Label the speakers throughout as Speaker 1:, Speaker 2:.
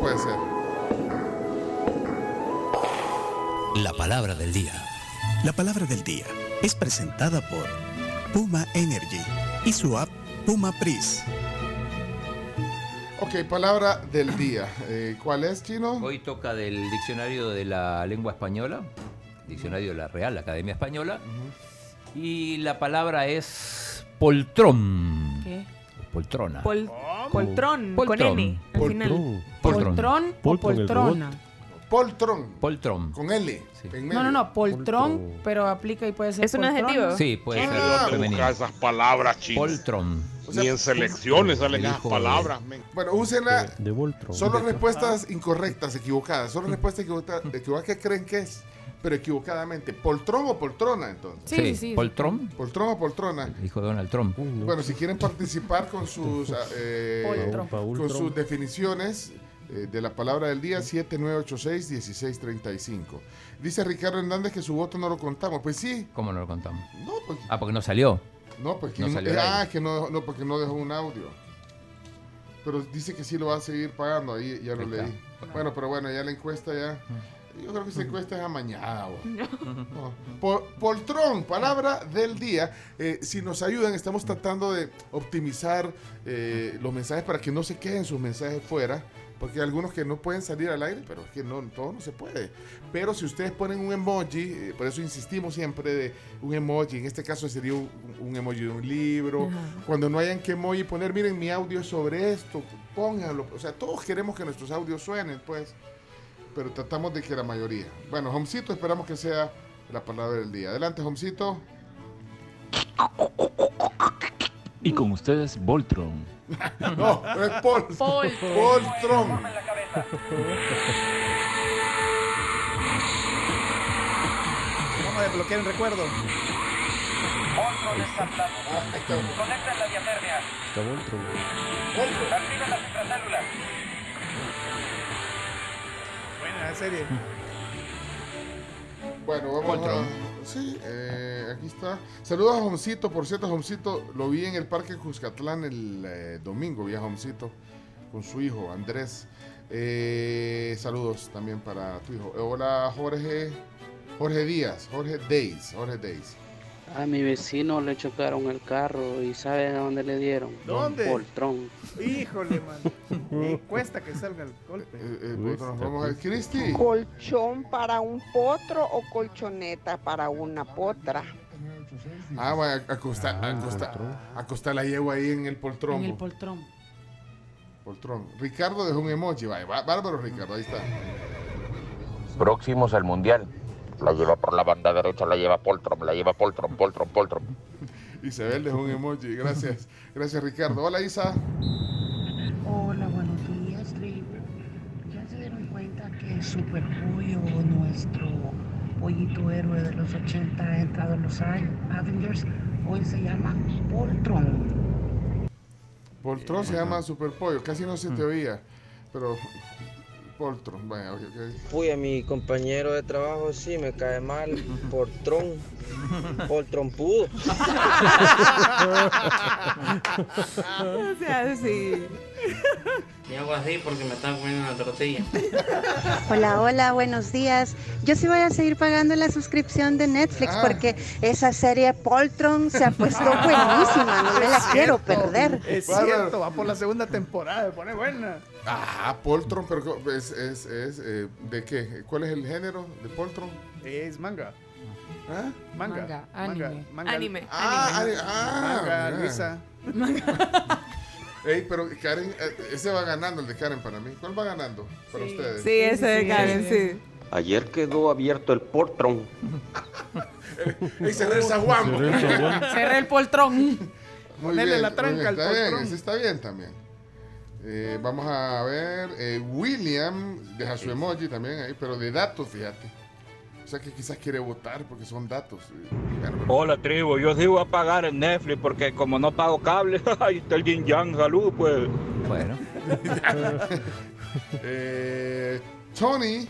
Speaker 1: puede ser.
Speaker 2: La palabra del día.
Speaker 3: La palabra del día es presentada por Puma Energy y su app Puma Pris.
Speaker 1: Ok, palabra del día. Eh, ¿Cuál es, Chino?
Speaker 4: Hoy toca del diccionario de la lengua española, diccionario de la Real Academia Española, y la palabra es poltrón.
Speaker 5: ¿Qué?
Speaker 4: o Poltrona.
Speaker 5: Pol- poltrón, con
Speaker 4: Poltrón.
Speaker 5: N al final.
Speaker 4: Poltrón.
Speaker 5: Poltrón o
Speaker 6: Poltrón, el
Speaker 5: poltrona.
Speaker 1: Poltron.
Speaker 4: Poltrón.
Speaker 1: Con L.
Speaker 4: Sí.
Speaker 1: en medio.
Speaker 7: No, no, no, poltrón,
Speaker 6: Poltrón.
Speaker 7: pero aplica y puede ser.
Speaker 5: ¿Es un
Speaker 7: poltrón.
Speaker 5: adjetivo?
Speaker 4: Sí, puede ser
Speaker 1: Ah,
Speaker 4: dos femenino.
Speaker 8: Busca esas palabras, chino.
Speaker 4: Poltrón.
Speaker 1: O sea,
Speaker 8: Ni en selecciones salen
Speaker 4: el
Speaker 8: esas
Speaker 4: hijo
Speaker 8: palabras, men.
Speaker 1: Bueno, úsenla.
Speaker 6: De Voltron.
Speaker 1: Solo respuestas incorrectas, equivocadas. Solo respuestas equivocadas, equivocadas que creen que es, pero equivocadamente. ¿Poltrón o poltrona, entonces?
Speaker 7: Sí, sí, sí.
Speaker 4: Poltrón.
Speaker 1: ¿Poltrón o poltrona?
Speaker 4: El hijo de Donald Trump.
Speaker 6: Uy, no.
Speaker 1: Bueno, si quieren participar con sus, ah, eh,
Speaker 7: Poltrón.
Speaker 6: Paul
Speaker 1: con
Speaker 6: Trump.
Speaker 1: sus definiciones eh, de la palabra del día, 7986-1635. Dice Ricardo Hernández que su voto no lo contamos. Pues sí.
Speaker 4: ¿Cómo no lo contamos?
Speaker 1: No, pues,
Speaker 4: Ah, porque no salió.
Speaker 1: no, pues, que
Speaker 4: no
Speaker 1: no-
Speaker 4: salió
Speaker 1: eh,
Speaker 4: al
Speaker 1: ah,
Speaker 4: aire.
Speaker 1: que no, no, porque no dejó un audio. Pero dice que sí lo va a seguir pagando. Ahí ya lo
Speaker 4: Ahí está.
Speaker 1: leí. Bueno, pero bueno, ya la encuesta ya. Yo creo que esa encuesta es amañada. bo. No. Po- Poltrón, palabra del día. Eh, si nos ayudan, estamos tratando de optimizar eh, los mensajes para que no se queden sus mensajes fuera. Porque hay algunos que no pueden salir al aire, pero es que no, todo no se puede. Pero si ustedes ponen un emoji, eh, por eso insistimos siempre de un emoji. En este caso sería un, un emoji de un libro. Cuando no hayan que emoji poner, miren, mi audio es sobre esto, pónganlo. O sea, todos queremos que nuestros audios suenen, pues pero tratamos de que la mayoría. Bueno, Homcito, esperamos que sea la palabra del día. Adelante, Homcito.
Speaker 9: Y con ustedes, Voltron.
Speaker 1: No, no es Paul.
Speaker 5: Pol-
Speaker 1: Poltron.
Speaker 3: Vamos a desbloquear un recuerdo.
Speaker 1: Ah, ahí está.
Speaker 6: Está Voltron.
Speaker 1: Poltron.
Speaker 3: Buena serie.
Speaker 1: Bueno, vamos
Speaker 4: Poltron.
Speaker 1: a... Sí, eh, aquí está. Saludos a Homcito. Por cierto, Homcito lo vi en el Parque Cuscatlán el eh, domingo. Vi a Homcito con su hijo, Andrés. Eh, saludos también para tu hijo. Eh, hola, Jorge. Jorge Díaz. Jorge Days. Jorge Days.
Speaker 10: A mi vecino le chocaron el carro y ¿saben a dónde le dieron?
Speaker 3: ¿Dónde?
Speaker 10: Poltrón.
Speaker 3: Híjole, man. Me cuesta que salga el
Speaker 1: Eh,
Speaker 3: golpe.
Speaker 1: eh,
Speaker 6: Uy,
Speaker 1: nos
Speaker 6: está
Speaker 1: vamos a... Cristi.
Speaker 11: Colchón para un potro o colchoneta para una potra.
Speaker 1: Ah, va a acostar, a
Speaker 6: Ah,
Speaker 1: acostar- acostar la yegua ahí en el poltrón.
Speaker 7: En el
Speaker 1: bo.
Speaker 7: poltrón.
Speaker 1: poltrón. Ricardo dejó un emoji, va, va- bárbaro Ricardo, ahí está.
Speaker 9: Próximos al mundial. La lleva por la banda derecha, la lleva Poltron, la lleva Poltron, Poltron, Poltron.
Speaker 1: Isabel dejó un emoji, gracias. Gracias Ricardo. Hola Isa.
Speaker 11: Hola, buenos días, Trip. ¿Ya se dieron cuenta que Super Pollo, nuestro pollito héroe de los 80, ha entrado en los Avengers? Hoy se llama Poltron.
Speaker 1: Poltrón se llama Superpollo, casi no se te oía, pero Poltron, vaya, ok, ok.
Speaker 10: Fui a mi compañero de trabajo, sí, me cae mal. Poltrón. Poltrón pudo.
Speaker 5: O sea, sí.
Speaker 10: Yo hago así porque me están comiendo una tortilla.
Speaker 11: Hola, hola, buenos días. Yo sí voy a seguir pagando la suscripción de Netflix
Speaker 1: Ah.
Speaker 11: porque esa serie Poltron se ha puesto buenísima, no me la quiero perder.
Speaker 3: Es
Speaker 1: Bárbaro.
Speaker 3: cierto, va por la segunda temporada, se pone buena.
Speaker 1: Ah, Poltron, pero co- es, es, es eh, ¿de qué? ¿Cuál es el género de Poltron?
Speaker 3: Es manga.
Speaker 1: ¿Ah?
Speaker 3: Manga.
Speaker 7: Manga, anime.
Speaker 3: manga,
Speaker 5: Anime.
Speaker 1: Ah, ah, ah,
Speaker 3: Manga,
Speaker 1: mira.
Speaker 3: Luisa.
Speaker 1: Ey, pero Karen, eh, ese va ganando, el de Karen para mí. ¿Cuál va ganando para ustedes?
Speaker 5: Sí, ese de Karen, sí.
Speaker 10: Ayer quedó abierto el Poltrón.
Speaker 1: Ey, se regresa Juan.
Speaker 7: Cerré el poltrón.
Speaker 1: Muy
Speaker 3: Ponerle la
Speaker 1: muy
Speaker 3: tranca al
Speaker 1: está bien,
Speaker 3: poltrón.
Speaker 1: ese está bien también. Eh, vamos a ver, eh, William deja su emoji también ahí, pero de datos, fíjate. O sea que quizás quiere votar porque son datos. eh, bárbaro.
Speaker 9: Hola, tribu. Yo sí voy a pagar el Netflix porque como no pago cable, ahí está el Yin Yang. Salud, pues.
Speaker 4: Bueno,
Speaker 1: Eh, Tony,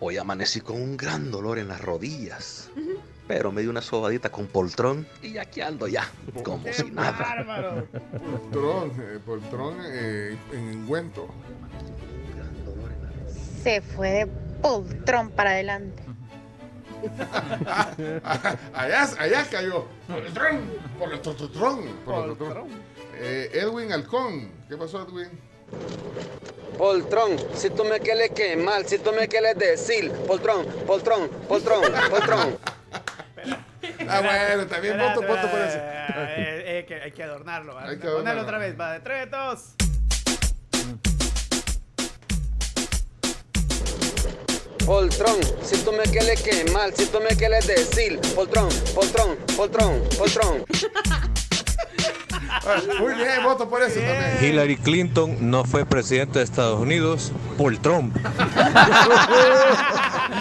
Speaker 10: Hoy amanecí con un gran dolor en las rodillas. Pero me di una sobadita con poltrón y aquí ando ya, como si nada.
Speaker 3: Bárbaro.
Speaker 1: Poltrón, eh, Poltrón eh, en engüento.
Speaker 12: se fue de poltrón para adelante.
Speaker 1: allá, allá cayó. Por el tron. Por el trotrón. Por el trotrón. Eh, Edwin Alcón. ¿Qué pasó, Edwin?
Speaker 13: Poltrón, si tú me quieres quemar, si tú me quieres decir, poltrón, poltrón, poltrón, poltrón.
Speaker 1: Ah, bueno, también voto, voto por eso.
Speaker 14: Eh, eh, que hay que adornarlo. ¿verdad?
Speaker 1: Hay que
Speaker 14: Ponelo
Speaker 1: adornarlo.
Speaker 14: otra vez, va de tres, dos.
Speaker 13: Poltrón, si tú me quieres quemar, si tú me quieres decir, poltrón, poltrón, poltrón, poltrón.
Speaker 1: Muy bien, voto por eso también.
Speaker 15: Hillary Clinton no fue presidente de Estados Unidos por Trump.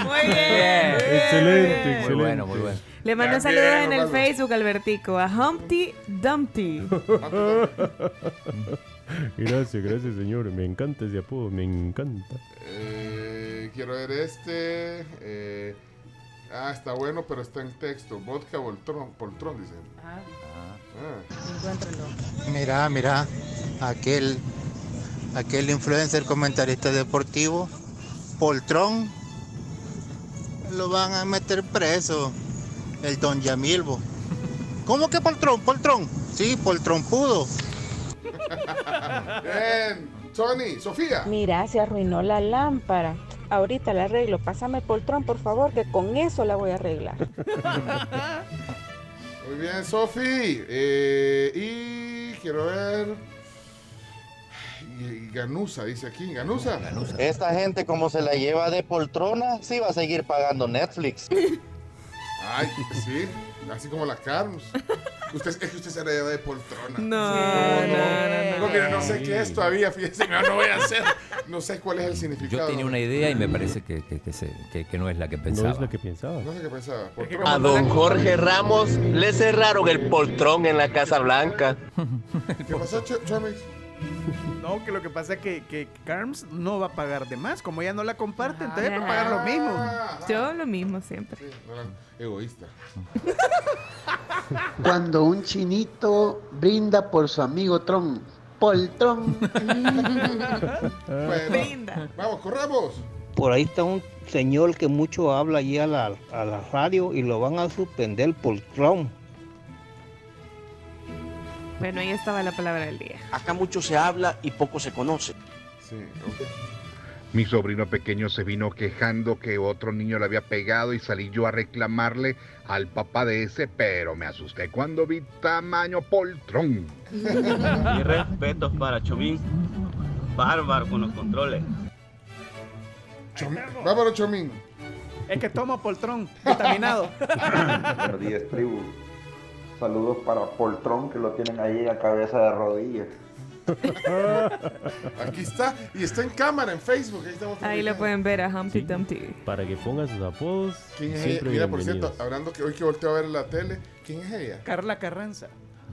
Speaker 5: Muy bien.
Speaker 15: Excelente,
Speaker 4: Muy bueno, muy bueno.
Speaker 5: Le mando
Speaker 4: También,
Speaker 5: saludos en el
Speaker 4: Osvaldo.
Speaker 5: Facebook, Albertico, a Humpty Dumpty.
Speaker 16: Gracias, gracias, señor. Me encanta ese apodo, me encanta.
Speaker 1: Eh, quiero ver este. eh, ah, está bueno, pero está en texto. Vodka Voltron, Poltrón, dice. Ah.
Speaker 7: Encuéntralo.
Speaker 17: Mira, mira, aquel, aquel influencer comentarista deportivo, Poltrón, lo van a meter preso, el don Yamilbo. ¿Cómo que Poltrón? Poltrón. Sí, Poltrón pudo.
Speaker 1: Ah. Bien, Tony, Sofía.
Speaker 18: Mira, se arruinó la lámpara. Ahorita la arreglo. Pásame el poltrón, por favor, que con eso la voy a arreglar.
Speaker 1: Muy bien, Sofi. Eh, y quiero ver. Y, y Ganusa, dice aquí. Ganusa. Ganusa.
Speaker 19: Esta gente como se la lleva de poltrona, sí va a seguir pagando Netflix.
Speaker 1: Ay, sí. Así como la Carms. Usted, es que usted se la lleva de poltrona.
Speaker 5: No,
Speaker 1: no,
Speaker 5: no,
Speaker 1: no.
Speaker 5: no.
Speaker 1: mira, no sé qué es todavía. Fíjese, no, no voy a hacer. No sé cuál es el
Speaker 4: Yo
Speaker 1: significado.
Speaker 4: tenía una idea y me parece que, que- que se- que- que no es la que pensaba.
Speaker 16: la que pensaba.
Speaker 1: No sé qué pensaba.
Speaker 4: Ah,
Speaker 20: A don Jorge Ramos le cerraron el poltrón en la Casa Blanca.
Speaker 1: ¿Qué pasó, Ch- Chomix?
Speaker 14: No, que lo que pasa es que, que Carms no va a pagar de más. Como ella no la
Speaker 6: Ah.
Speaker 14: comparte, entonces va a
Speaker 5: Ajá.
Speaker 14: pagar Ah. lo mismo.
Speaker 5: Yo lo mismo siempre.
Speaker 1: Ah. No era Egoísta.
Speaker 21: Cuando un chinito brinda por su amigo Tron. Poltrón.
Speaker 1: Bueno, Vamos, corramos.
Speaker 22: Por ahí está un señor que mucho habla allí a la, a la radio y lo van a suspender por Trump.
Speaker 5: Bueno, ahí estaba la palabra del día.
Speaker 23: Acá mucho se habla y poco se conoce.
Speaker 24: Mi sobrino pequeño se vino quejando que otro niño le había pegado y salí yo a reclamarle al papá de ese, pero me asusté cuando vi tamaño poltrón.
Speaker 25: Y respetos para Chomín, bárbaro con los controles.
Speaker 1: Vámonos, Chomín.
Speaker 14: Es que toma poltrón, vitaminado.
Speaker 26: Buenos días, tribu. Saludos para Poltrón, que lo tienen ahí a cabeza de rodillas.
Speaker 1: Aquí está. Y está en cámara, en Facebook. Ahí, estamos
Speaker 5: Ahí lo
Speaker 1: publicando.
Speaker 5: pueden ver a Humpty Dumpty.
Speaker 16: Para que ponga sus apodos.
Speaker 1: ¿Quién es ella?
Speaker 16: siempre
Speaker 1: Mira, por
Speaker 16: bienvenidos.
Speaker 1: cierto, hablando que hoy que volteo a ver la tele, ¿quién es ella?
Speaker 14: Carla Carranza.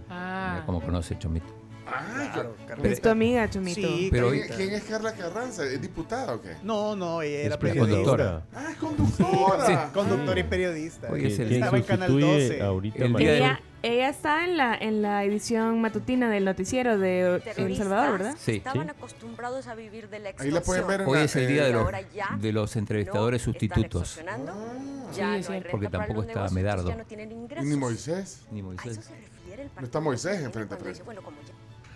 Speaker 4: Mira cómo conoce Chomito.
Speaker 1: Ah, claro,
Speaker 5: Es tu amiga, Chomito.
Speaker 14: Sí,
Speaker 4: Pero
Speaker 1: ¿Quién,
Speaker 4: ahorita-
Speaker 1: quién es Carla Carranza? ¿Es diputada o qué?
Speaker 14: No, no, ella era
Speaker 4: Es conductora.
Speaker 14: periodista.
Speaker 1: Ah, es conductora.
Speaker 14: Sí, Conductora y periodista.
Speaker 4: Hoy es el-
Speaker 14: Estaba en Canal
Speaker 16: sustituye
Speaker 14: 12.
Speaker 16: ahorita
Speaker 4: El día de-
Speaker 5: Ella, ella está en la, en la edición matutina del noticiero de El Salvador, ¿verdad?
Speaker 4: Sí.
Speaker 27: Estaban
Speaker 4: Sí.
Speaker 27: acostumbrados a vivir de la
Speaker 1: Ahí la pueden ver en
Speaker 4: Hoy
Speaker 1: la-
Speaker 4: es el día de
Speaker 1: eh,
Speaker 4: los,
Speaker 27: ahora ya
Speaker 4: de los entrevistadores sustitutos.
Speaker 27: extorsionando.
Speaker 5: sí,
Speaker 27: ya
Speaker 5: es
Speaker 27: no hay
Speaker 5: cierto.
Speaker 27: renta
Speaker 4: Porque
Speaker 27: para
Speaker 4: tampoco
Speaker 27: los
Speaker 4: está
Speaker 27: negocios,
Speaker 4: Medardo.
Speaker 27: ya no tienen ingresos.
Speaker 1: Ni Moisés.
Speaker 4: Ni Moisés.
Speaker 1: No está Moisés en frente a frente.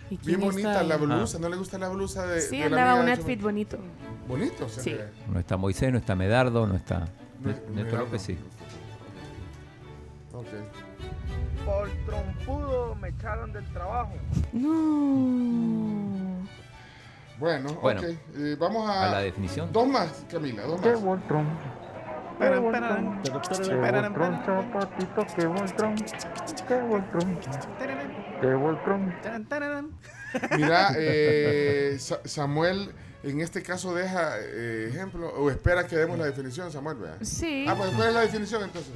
Speaker 1: Bien
Speaker 5: quién está
Speaker 1: bonita
Speaker 5: ahí?
Speaker 1: la blusa. ¿No le gusta la blusa de,
Speaker 5: Sí,
Speaker 1: de la
Speaker 5: andaba
Speaker 1: amiga
Speaker 5: un
Speaker 1: de
Speaker 5: outfit bonito.
Speaker 1: Chomito? Bonito, se
Speaker 5: Sí.
Speaker 1: ve.
Speaker 4: No está Moisés, no está Medardo, no está.
Speaker 1: No,
Speaker 4: Néstor
Speaker 1: Medardo.
Speaker 4: López sí.
Speaker 1: Ok.
Speaker 6: Por trompudo me echaron del trabajo.
Speaker 5: No.
Speaker 1: Bueno,
Speaker 4: Bueno,
Speaker 1: ok. Eh, vamos a...
Speaker 4: a la definición.
Speaker 1: Dos más, Camila, dos más.
Speaker 4: Qué
Speaker 6: Qué Voltrón.
Speaker 1: Qué Voltrón,
Speaker 6: chapatito, qué Voltrón. Qué Voltrón. Qué Voltrón.
Speaker 1: Mira, eh, Sa- Samuel, en este caso deja eh, ejemplo o espera que demos la definición, Samuel, ¿verdad?
Speaker 5: Sí.
Speaker 1: Ah, pues ¿cuál es la definición entonces?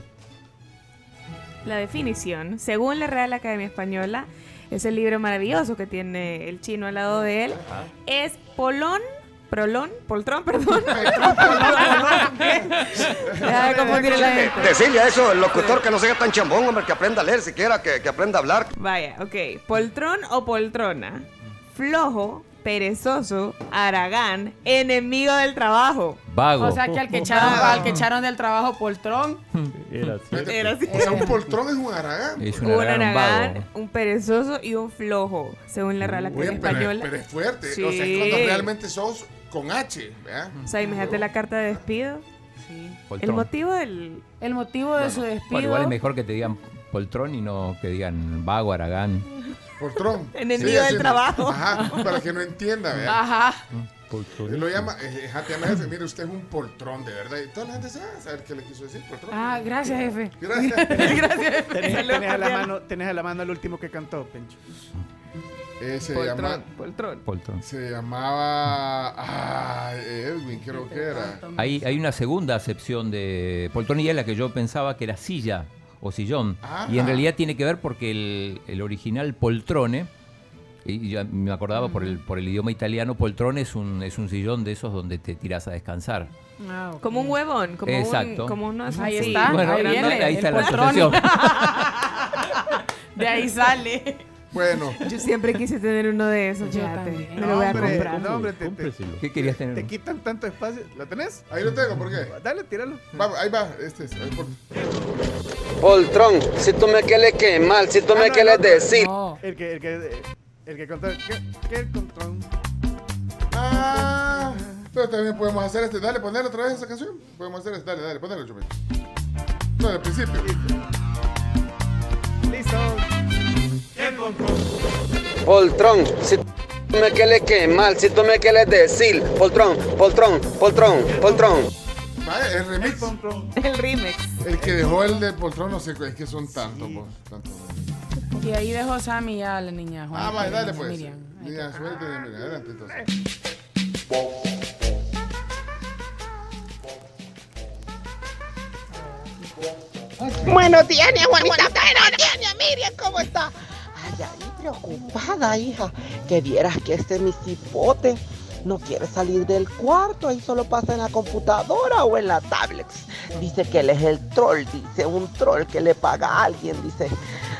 Speaker 5: La definición, según la Real Academia Española, ese libro maravilloso que tiene el chino al lado de él, es polón, prolón, poltrón, perdón. Deja de confundir a la gente.
Speaker 28: Decirle a eso, el locutor, que no sea tan chambón, hombre, que aprenda a leer siquiera, que, que aprenda a hablar.
Speaker 5: Vaya, ok. Poltrón o poltrona. Flojo, perezoso, aragán, enemigo del trabajo.
Speaker 4: vago.
Speaker 2: O sea, que al que echaron,
Speaker 14: Ah.
Speaker 2: al que echaron del trabajo poltrón.
Speaker 16: Era así.
Speaker 5: Era así.
Speaker 1: O sea, un poltrón es un aragán.
Speaker 4: Es
Speaker 5: un aragán, un perezoso y un flojo, según la Real Academia
Speaker 1: Oye, pero, es-
Speaker 5: Española.
Speaker 1: pero es fuerte.
Speaker 5: Sí.
Speaker 1: O sea, es cuando realmente sos con H, ¿verdad?
Speaker 5: O sea, imagínate la carta de despido. El
Speaker 4: Poltrón.
Speaker 5: motivo del...
Speaker 2: El motivo de su despido.
Speaker 4: Bueno, igual es mejor que te digan poltrón y no que digan vago, aragán.
Speaker 1: Poltrón.
Speaker 5: Enemigo
Speaker 1: del
Speaker 5: del trabajo.
Speaker 1: Ajá, para que no entienda, ¿verdad?
Speaker 2: Ajá.
Speaker 1: Él lo llama, eh, eh, jatea la jefe, mire, usted es un poltrón, de verdad. Y toda la gente "Ah, sabe saber qué le quiso decir, poltrón.
Speaker 2: Ah, gracias, jefe.
Speaker 1: Gracias.
Speaker 2: Gracias. Saludos
Speaker 14: Tenés, tenés a la
Speaker 2: cordiales.
Speaker 14: mano, tenés a la mano el último que cantó, Pencho.
Speaker 1: Eh, se
Speaker 2: Poltrón,
Speaker 1: llama-
Speaker 2: poltrón.
Speaker 4: Poltrón.
Speaker 1: Se llamaba. Ah, Edwin, creo que era.
Speaker 4: Hay, hay una segunda acepción de poltrón y es la que yo pensaba que era silla o sillón. Y en realidad tiene que ver porque el, el original poltrone, y ya me acordaba por el, por el idioma italiano, poltrone es un, es un sillón de esos donde te tiras a descansar.
Speaker 5: Como un huevón, como
Speaker 4: Exacto.
Speaker 5: un... Como uno de esos
Speaker 2: Ah, Ahí
Speaker 5: así.
Speaker 2: está,
Speaker 4: Bueno,
Speaker 2: Ah, ahí
Speaker 4: no,
Speaker 2: viene, el
Speaker 4: ahí está la
Speaker 2: poltrón.
Speaker 4: asociación.
Speaker 2: De ahí sale.
Speaker 1: Bueno,
Speaker 5: Yo siempre quise tener uno de esos,
Speaker 2: Yo
Speaker 5: fíjate.
Speaker 2: también.
Speaker 5: Me lo voy a
Speaker 14: Hombre,
Speaker 5: comprar.
Speaker 14: no, hombre, te- te-
Speaker 4: ¿Qué querías tener?
Speaker 14: te quitan tanto espacio. ¿Lo tenés?
Speaker 1: Ahí lo tengo, ¿por qué?
Speaker 14: Dale, tíralo.
Speaker 1: Va, ahí va, este es. ahí por-
Speaker 3: Poltrón, si tú me quieres quemar, si tú me quieres decir.
Speaker 14: El que, el que, el que contó. ¿Qué, qué contó?
Speaker 1: Ah, pero también podemos hacer este. Dale, poner otra vez esa canción. Podemos hacer este. Dale, dale, ponerlo, Chupete. No, al principio.
Speaker 14: Listo.
Speaker 3: Poltrón, si tú me quieres quemar, si tú me quieres decir. Poltrón, poltrón, poltrón, poltrón.
Speaker 1: Va, el remix.
Speaker 5: El remix.
Speaker 1: El que dejó el de poltrón, no sé, es que son tantos, vos, tantos.
Speaker 2: Y ahí dejó Sammy ya a la niña Juan.
Speaker 1: Ah, va, dale pues.
Speaker 2: Miriam.
Speaker 1: Mira, suerte, mira, adelante entonces.
Speaker 8: Buenos días, niña Juanita. Buenos días, niña Miriam, ¿cómo está? Ay, ahí preocupada, hija. Que vieras que este mi cipote no quiere salir del cuarto. Ahí solo pasa en la computadora o en la tablet. Dice que él es el troll, dice un troll que le paga a alguien, dice.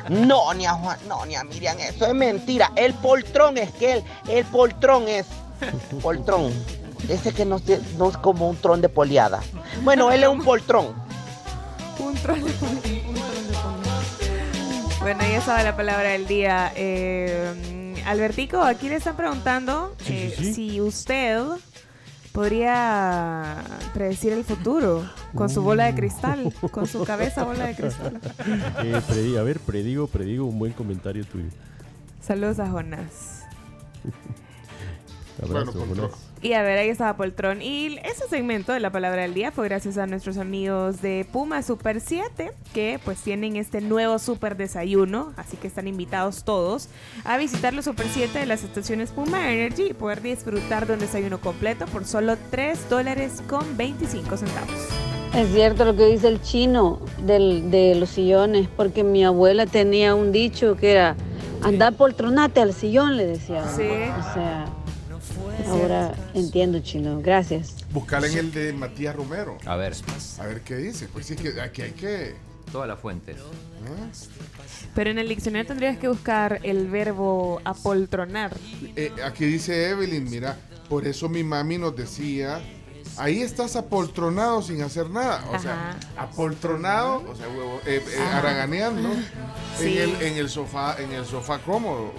Speaker 8: No, niña Juan, no, niña Miriam, eso es mentira. El poltrón es que él, el poltrón es. Poltrón. Ese que no, se- no es como un tron de poliada. Bueno, él es un poltrón.
Speaker 5: Un troll. Bueno, ya sabe la palabra del día. Eh, Albertico, aquí le están preguntando eh, si usted podría predecir el futuro con su bola de cristal, con su cabeza bola de cristal.
Speaker 16: Eh, predi- a ver, predigo, predigo un buen comentario tuyo.
Speaker 5: Saludos a Jonás.
Speaker 16: Abrazo, Jonás.
Speaker 5: Y a ver, ahí estaba Poltrón. Y ese segmento de la palabra del día fue gracias a nuestros amigos de Puma Super 7, que pues tienen este nuevo super desayuno. Así que están invitados todos a visitar los Super 7 de las estaciones Puma Energy y poder disfrutar de un desayuno completo por solo 3 dólares con 25 centavos.
Speaker 9: Es cierto lo que dice el chino del- de los sillones, porque mi abuela tenía un dicho que era andar poltronate al sillón, le
Speaker 1: Ah,
Speaker 9: decía.
Speaker 5: Sí.
Speaker 9: O sea, ahora entiendo chino. Gracias.
Speaker 1: Buscar en el de Matías Romero.
Speaker 4: A ver.
Speaker 1: A ver qué dice. Pues sí, que aquí hay que.
Speaker 4: Todas las fuentes.
Speaker 5: Pero en el diccionario tendrías que buscar el verbo apoltronar.
Speaker 1: Eh, aquí dice Evelyn, mira, por eso mi mami nos decía, ahí estás apoltronado sin hacer nada. O sea, apoltronado, o sea, huevo, eh, eh,
Speaker 5: Ajá.
Speaker 1: haraganeando
Speaker 5: Sí.
Speaker 1: en, el, en el sofá, en el sofá cómodo.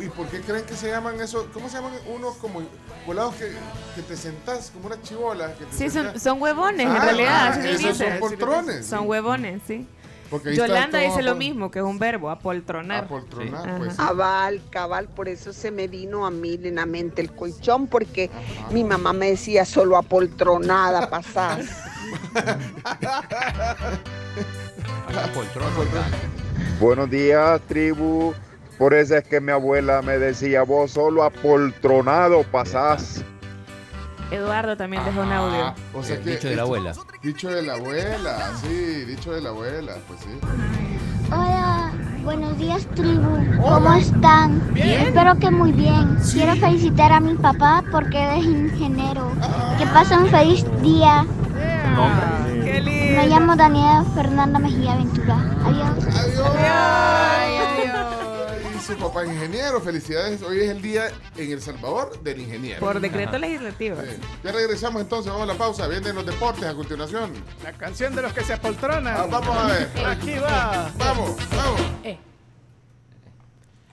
Speaker 1: ¿Y por qué creen que se llaman eso? ¿Cómo se llaman unos como volados que, que te sentás como una chivola? Que te
Speaker 5: Sí, son,
Speaker 1: sentás?
Speaker 5: son huevones en
Speaker 1: Ah,
Speaker 5: realidad.
Speaker 1: ah,
Speaker 5: así se
Speaker 1: esos
Speaker 5: dice.
Speaker 1: son poltrones.
Speaker 5: Son huevones, sí.
Speaker 1: Porque ahí está
Speaker 5: Yolanda
Speaker 1: todo
Speaker 5: dice lo
Speaker 1: apol-
Speaker 5: mismo, que es un verbo, apoltronar.
Speaker 1: Apoltronar,
Speaker 5: Ajá. Ah,
Speaker 1: pues.
Speaker 8: Cabal, cabal, por eso se me vino a mí en la mente el colchón, porque mi mamá me decía solo apoltronada pasar.
Speaker 4: Poltrón,
Speaker 10: Buenos días, tribu. Por eso es que mi abuela me decía, vos solo apoltronado pasás.
Speaker 5: Eduardo también dejó un
Speaker 1: Ah.
Speaker 5: audio.
Speaker 1: O sea
Speaker 4: Eh, El
Speaker 1: que
Speaker 4: dicho de
Speaker 1: esto-
Speaker 4: la abuela.
Speaker 1: Dicho de la abuela, sí, dicho de la abuela, pues sí.
Speaker 11: Hola, buenos días tribu, ¿cómo están? Espero que muy bien. Quiero felicitar a mi papá porque él es ingeniero. Que pasen un feliz día.
Speaker 5: Ah, ¡Qué lindo!
Speaker 11: Me llamo Daniela Fernanda Mejía Ventura. Adiós.
Speaker 1: Adiós.
Speaker 5: Ay,
Speaker 1: Y su papá es ingeniero. Felicidades. Hoy es el día en El Salvador del ingeniero.
Speaker 5: Por decreto legislativo.
Speaker 1: Sí. Ya regresamos entonces, vamos a la pausa. Vienen los deportes a continuación.
Speaker 14: La canción de los que se apoltronan.
Speaker 1: Ah, vamos a ver.
Speaker 14: Aquí va.
Speaker 1: Vamos, vamos.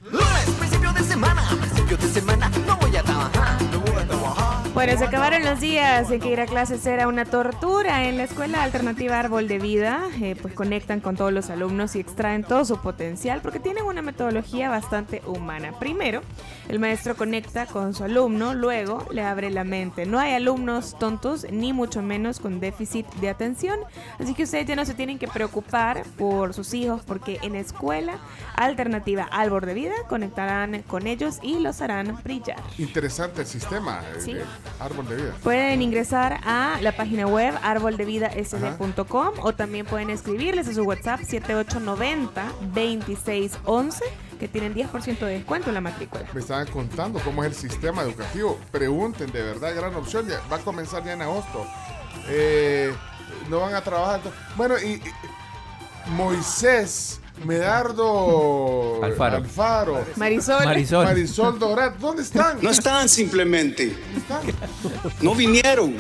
Speaker 7: Lunes, principio de semana, principio de semana, no voy a trabajar, no voy a trabajar.
Speaker 5: Bueno, se acabaron los días en que ir a clases era una tortura. En la Escuela Alternativa Árbol de Vida, eh, pues conectan con todos los alumnos y extraen todo su potencial porque tienen una metodología bastante humana. Primero, el maestro conecta con su alumno, luego le abre la mente. No hay alumnos tontos ni mucho menos con déficit de atención, así que ustedes ya no se tienen que preocupar por sus hijos porque en Escuela Alternativa Árbol de Vida conectarán con ellos y los harán brillar.
Speaker 1: Interesante el sistema. eh,
Speaker 5: Sí.
Speaker 1: de árbol de vida.
Speaker 5: Pueden ingresar a la página web arboldevidasd.com o también pueden escribirles a su WhatsApp 7890-2611 que tienen 10% de descuento en la matrícula.
Speaker 1: Me estaban contando cómo es el sistema educativo. Pregunten, de verdad, gran opción. Ya va a comenzar ya en agosto. Eh, no van a trabajar. Bueno, y, y- Moisés Medardo
Speaker 4: Alfaro.
Speaker 5: Marisol.
Speaker 4: Marisol.
Speaker 1: Marisol Dorat, ¿dónde están?
Speaker 12: No están simplemente. No vinieron.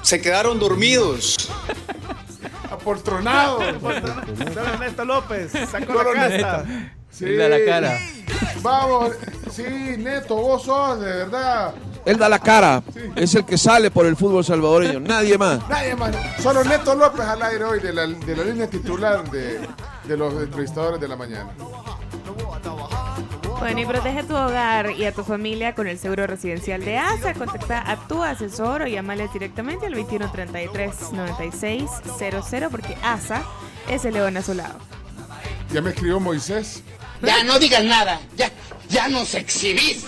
Speaker 12: Se quedaron dormidos.
Speaker 1: Aportronados.
Speaker 14: Don Ernesto López, sacó
Speaker 1: Don
Speaker 14: la
Speaker 1: Ernesto.
Speaker 14: casa.
Speaker 1: Sí. Vamos, sí, Neto, vos sos, de verdad.
Speaker 13: Él da la cara. Es el que sale por el fútbol salvadoreño. Nadie más.
Speaker 1: Nadie más. Solo Neto López al aire hoy de la, de la línea titular de, de los entrevistadores de la mañana.
Speaker 5: Bueno, y protege tu hogar y a tu familia con el seguro residencial de ASA. Contacta a tu asesor o llámales directamente al 2133-9600 porque ASA es el león a su lado.
Speaker 1: Ya me escribió Moisés.
Speaker 5: Ya no digas nada.
Speaker 1: Ya nos exhibís.